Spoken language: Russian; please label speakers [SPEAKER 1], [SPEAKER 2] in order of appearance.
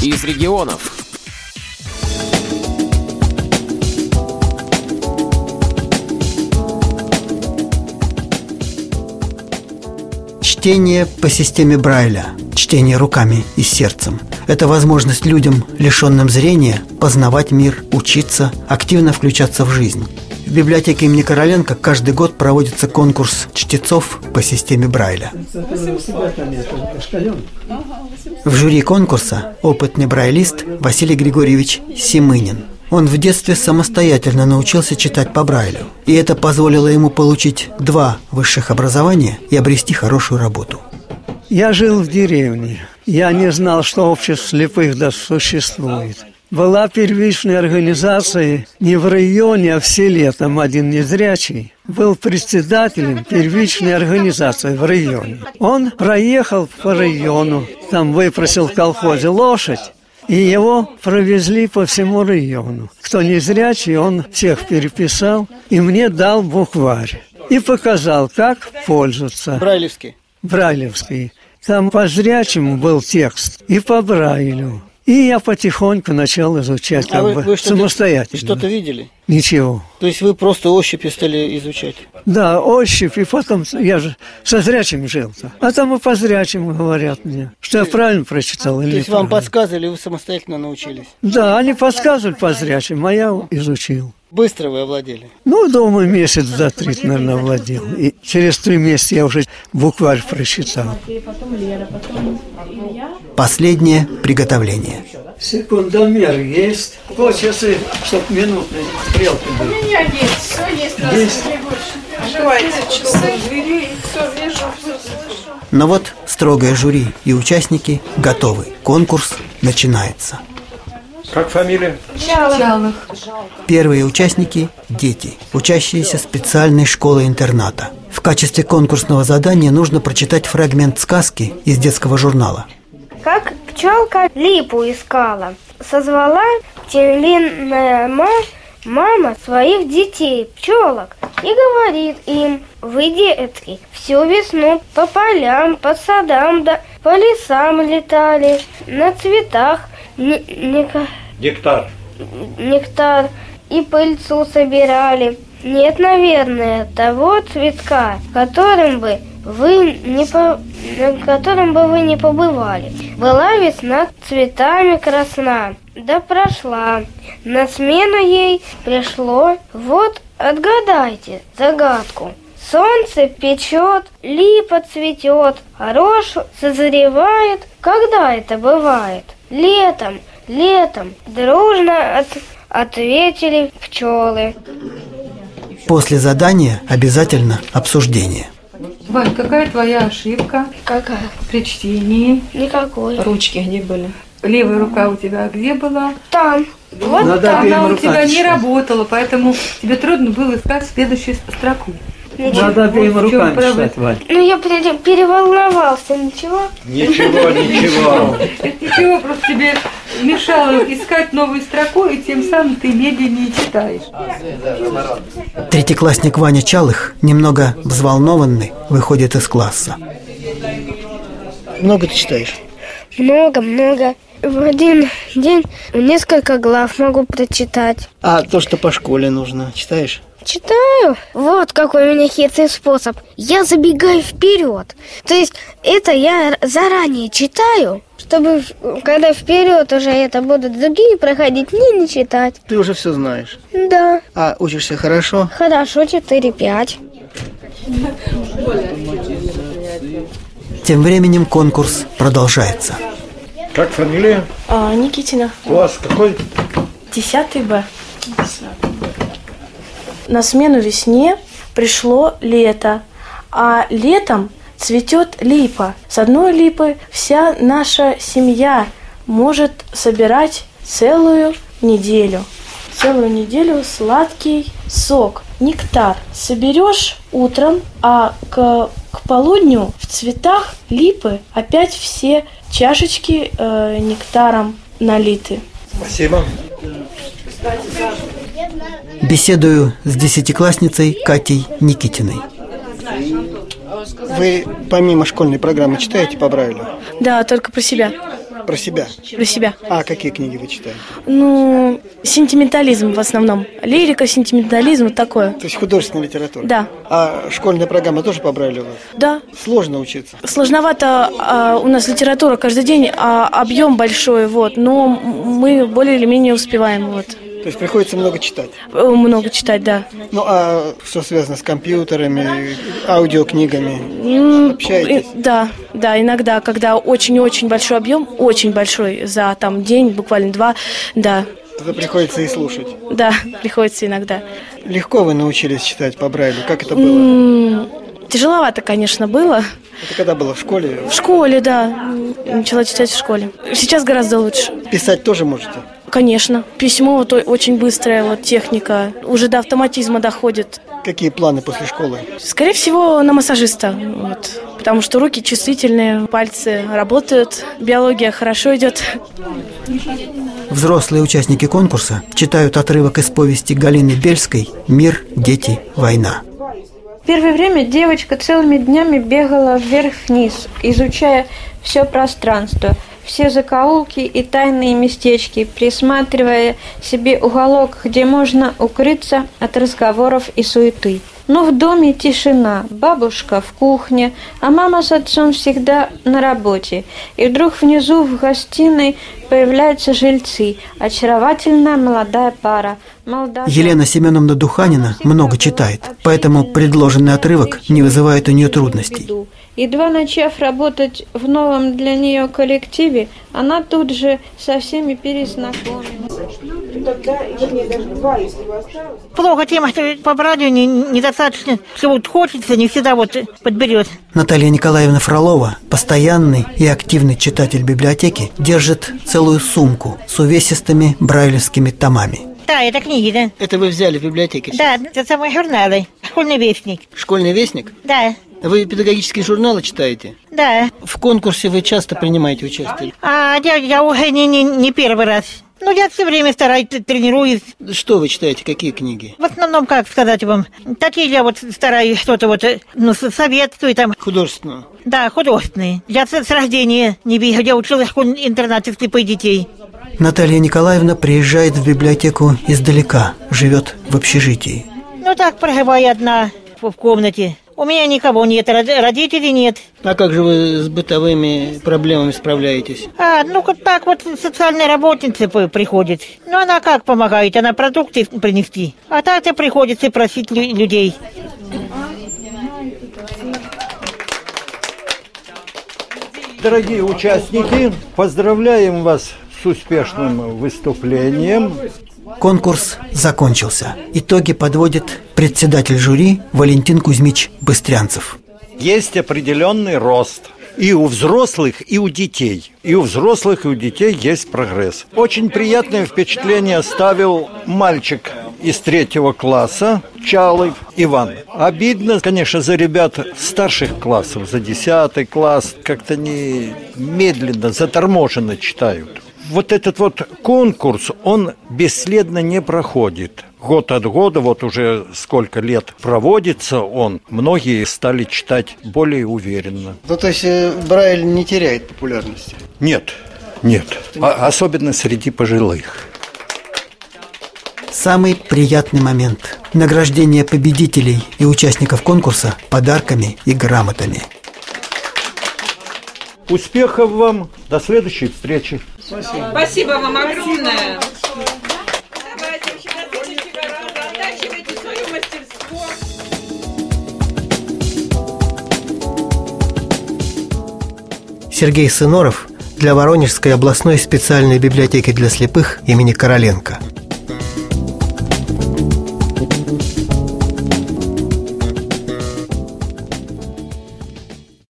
[SPEAKER 1] из регионов.
[SPEAKER 2] Чтение по системе Брайля, чтение руками и сердцем – это возможность людям, лишенным зрения, познавать мир, учиться, активно включаться в жизнь. В библиотеке имени Короленко каждый год проводится конкурс чтецов по системе Брайля. В жюри конкурса опытный брайлист Василий Григорьевич Семынин. Он в детстве самостоятельно научился читать по Брайлю, и это позволило ему получить два высших образования и обрести хорошую работу.
[SPEAKER 3] Я жил в деревне. Я не знал, что общество слепых да существует. Была первичная организация не в районе, а в селе, там один незрячий, был председателем первичной организации в районе. Он проехал по району, там выпросил в колхозе лошадь, и его провезли по всему району. Кто незрячий, он всех переписал и мне дал букварь. И показал, как пользоваться.
[SPEAKER 4] Брайлевский.
[SPEAKER 3] Брайлевский. Там по зрячему был текст и по Брайлю. И я потихоньку начал изучать как
[SPEAKER 4] А вы,
[SPEAKER 3] бы
[SPEAKER 4] вы что-то,
[SPEAKER 3] самостоятельно.
[SPEAKER 4] что-то видели?
[SPEAKER 3] Ничего.
[SPEAKER 4] То есть вы просто ощупи стали изучать?
[SPEAKER 3] Да, ощупь, и потом я же со зрячим жил-то. А там и по зрячему говорят мне, что я правильно прочитал или
[SPEAKER 4] То
[SPEAKER 3] не
[SPEAKER 4] есть вам
[SPEAKER 3] правильно.
[SPEAKER 4] подсказывали, вы самостоятельно научились?
[SPEAKER 3] Да, они подсказывают по зрячему, а я изучил.
[SPEAKER 4] Быстро вы овладели?
[SPEAKER 3] Ну, думаю, месяц за три, наверное, владел. И через три месяца я уже букварь прочитал.
[SPEAKER 2] Последнее приготовление.
[SPEAKER 3] Секундомер есть. Вот часы, чтобы минутные стрелки были.
[SPEAKER 5] У меня есть, все есть, на
[SPEAKER 3] Есть.
[SPEAKER 5] самом деле больше. Оживайте часы, все вижу, все слышу.
[SPEAKER 2] Но вот строгое жюри и участники готовы. Конкурс начинается.
[SPEAKER 6] Как фамилия?
[SPEAKER 2] Первые участники – дети, учащиеся специальной школы-интерната. В качестве конкурсного задания нужно прочитать фрагмент сказки из детского журнала.
[SPEAKER 7] Как пчелка липу искала, созвала пчелиная ма- мама своих детей, пчелок, и говорит им, вы, детки, всю весну по полям, по садам, да по лесам летали, на цветах не- нека-
[SPEAKER 6] Диктар.
[SPEAKER 7] нектар и пыльцу собирали. Нет, наверное, того цветка, которым бы вы не по... на котором бы вы не побывали. Была весна цветами красна, да прошла. На смену ей пришло, вот отгадайте загадку. Солнце печет, липа цветет, а рожь созревает. Когда это бывает? Летом, летом. Дружно от- ответили пчелы.
[SPEAKER 2] После задания обязательно обсуждение.
[SPEAKER 8] Вань, какая твоя ошибка
[SPEAKER 7] Какая?
[SPEAKER 8] при чтении?
[SPEAKER 7] Никакой.
[SPEAKER 9] Ручки где были?
[SPEAKER 8] Левая рука у тебя где была?
[SPEAKER 7] Там. Вот
[SPEAKER 3] Надо
[SPEAKER 7] там.
[SPEAKER 3] обеими
[SPEAKER 8] Она у
[SPEAKER 3] руками
[SPEAKER 8] тебя не
[SPEAKER 3] читать.
[SPEAKER 8] работала, поэтому тебе трудно было искать следующую строку.
[SPEAKER 7] Ничего.
[SPEAKER 3] Надо обеими
[SPEAKER 8] Вот в чем
[SPEAKER 3] руками
[SPEAKER 8] проблема.
[SPEAKER 3] читать, Вань.
[SPEAKER 7] Ну я пере- переволновался, ничего.
[SPEAKER 6] Ничего, ничего.
[SPEAKER 8] Это Э, ничего, просто тебе мешало искать новую строку, и тем самым ты медленнее читаешь.
[SPEAKER 2] Третьеклассник Ваня Чалых, немного взволнованный, выходит из класса.
[SPEAKER 4] Много ты читаешь?
[SPEAKER 7] Много-много. В один день несколько глав могу прочитать.
[SPEAKER 4] А то, что по школе нужно, читаешь?
[SPEAKER 7] Читаю. Вот какой у меня хитрый способ. Я забегаю вперед. То есть это я р- заранее читаю, чтобы в- когда вперед уже это будут другие проходить, мне не читать.
[SPEAKER 4] Ты уже все знаешь.
[SPEAKER 7] Да,
[SPEAKER 4] А учишься хорошо?
[SPEAKER 7] хорошо, 4-5.
[SPEAKER 2] Тем временем конкурс продолжается.
[SPEAKER 6] Как фамилия?
[SPEAKER 9] А, Никитина.
[SPEAKER 6] Класс какой?
[SPEAKER 9] 10 Б. На смену весне пришло лето, а летом цветет липа. С одной липы вся наша семья может собирать целую неделю. Целую неделю сладкий сок, нектар. Соберешь утром, а к, к полудню в цветах липы опять все чашечки э, нектаром налиты.
[SPEAKER 6] Спасибо.
[SPEAKER 2] Беседую с десятиклассницей Катей Никитиной.
[SPEAKER 4] Вы помимо школьной программы читаете по Брайлю?
[SPEAKER 9] Да, только про себя.
[SPEAKER 4] про себя.
[SPEAKER 9] про себя.
[SPEAKER 4] А какие книги вы читаете?
[SPEAKER 9] Ну, сентиментализм в основном. Лирика, сентиментализм, вот такое.
[SPEAKER 4] То есть художественная литература?
[SPEAKER 9] Да.
[SPEAKER 4] А школьная программа тоже по Брайлю у вас?
[SPEAKER 9] Да,
[SPEAKER 4] Сложно учиться.
[SPEAKER 9] сложновато а, у нас литература каждый день, а объем большой, вот, но мы более или менее успеваем, вот.
[SPEAKER 4] То есть приходится много читать.
[SPEAKER 9] Э, Много читать, да.
[SPEAKER 4] Ну, а все связано с компьютерами, аудиокнигами.
[SPEAKER 9] М,
[SPEAKER 4] Общаетесь?
[SPEAKER 9] и- Да, да, иногда, когда очень-очень большой объем, очень большой, за там день, буквально два, да,
[SPEAKER 4] Это приходится и слушать.
[SPEAKER 9] да, приходится иногда.
[SPEAKER 4] Легко вы научились читать по Брайлю? Как это было?
[SPEAKER 9] М, Тяжеловато, конечно, было.
[SPEAKER 4] Это когда было в школе?
[SPEAKER 9] В школе, да, м, начала читать в школе. Сейчас гораздо лучше.
[SPEAKER 4] Писать тоже можете?
[SPEAKER 9] Конечно, письмо вот о- очень быстрая вот техника, уже до автоматизма доходит.
[SPEAKER 4] Какие планы после школы?
[SPEAKER 9] Скорее всего, на массажиста, вот. потому что руки чувствительные, пальцы работают, биология хорошо идет.
[SPEAKER 2] Взрослые участники конкурса читают отрывок из повести Галины Бельской «Мир, дети, война».
[SPEAKER 1] первое время девочка целыми днями бегала вверх-вниз, изучая все пространство, все закоулки и тайные местечки, присматривая себе уголок, где можно укрыться от разговоров и суеты. Но в доме тишина, бабушка в кухне, а мама с отцом всегда на работе. И вдруг внизу в гостиной появляются жильцы, очаровательная молодая пара. молдаван-
[SPEAKER 2] Елена Семеновна Духанина много читает, поэтому предложенный отрывок не вызывает у нее трудностей.
[SPEAKER 1] Едва начав работать в новом для нее коллективе, она тут же со всеми перезнакомилась.
[SPEAKER 10] Плохо тем, что по радио не- недостаточно чего вот хочется, не всегда вот подберет.
[SPEAKER 2] Наталья Николаевна Фролова, постоянный и активный читатель библиотеки, держит целую сумку с увесистыми брайлевскими томами.
[SPEAKER 10] Да, это книги, да?
[SPEAKER 4] Это вы взяли в библиотеке?
[SPEAKER 10] Да, это самые журналы. Школьный вестник.
[SPEAKER 4] Школьный вестник?
[SPEAKER 10] Да,
[SPEAKER 4] Вы педагогические журналы читаете?
[SPEAKER 10] да.
[SPEAKER 4] В конкурсе вы часто принимаете участие?
[SPEAKER 10] А я, я уже не, не, не первый раз. Ну, я все время стараюсь, т- тренируюсь.
[SPEAKER 4] Что вы читаете? Какие книги?
[SPEAKER 10] В основном, как сказать вам, такие я вот стараюсь что-то вот, э, ну, с- советскую там,
[SPEAKER 4] Художественную.
[SPEAKER 10] да, художественные. Я с, с рождения не бегаю, я училась в школьном интернате слепых детей.
[SPEAKER 2] Наталья Николаевна приезжает в библиотеку издалека, живет в общежитии.
[SPEAKER 10] Ну, так проживаю одна в в комнате. У меня никого нет, род- родителей нет.
[SPEAKER 4] А как же вы с бытовыми проблемами справляетесь?
[SPEAKER 10] А, ну вот так вот социальная работница п- приходит. Ну она как помогает? Она продукты принести. А так-то приходится просить лю- людей.
[SPEAKER 6] Дорогие участники, поздравляем вас с успешным выступлением.
[SPEAKER 2] Конкурс закончился. Итоги подводит председатель жюри Валентин Кузьмич Быстрянцев.
[SPEAKER 6] Есть определенный рост. И у взрослых, и у детей. И у взрослых, и у детей есть прогресс. Очень приятное впечатление оставил мальчик из третьего класса, Чалый Иван. Обидно, конечно, за ребят старших классов, за десятый класс. Как-то они медленно, заторможенно читают. Вот этот вот конкурс, он бесследно не проходит. Год от года, вот уже сколько лет проводится он, многие стали читать более уверенно.
[SPEAKER 4] Ну, то есть э, Брайль не теряет популярности.
[SPEAKER 6] Нет, нет, А- особенно среди пожилых.
[SPEAKER 2] Самый приятный момент – награждение победителей и участников конкурса подарками и грамотами.
[SPEAKER 6] Успехов вам, до следующей встречи.
[SPEAKER 5] Спасибо вам огромное. Давайте, в следующего раза оттачивайте свое мастерство.
[SPEAKER 2] Сергей Сыноров для Воронежской областной специальной библиотеки для слепых имени Короленко –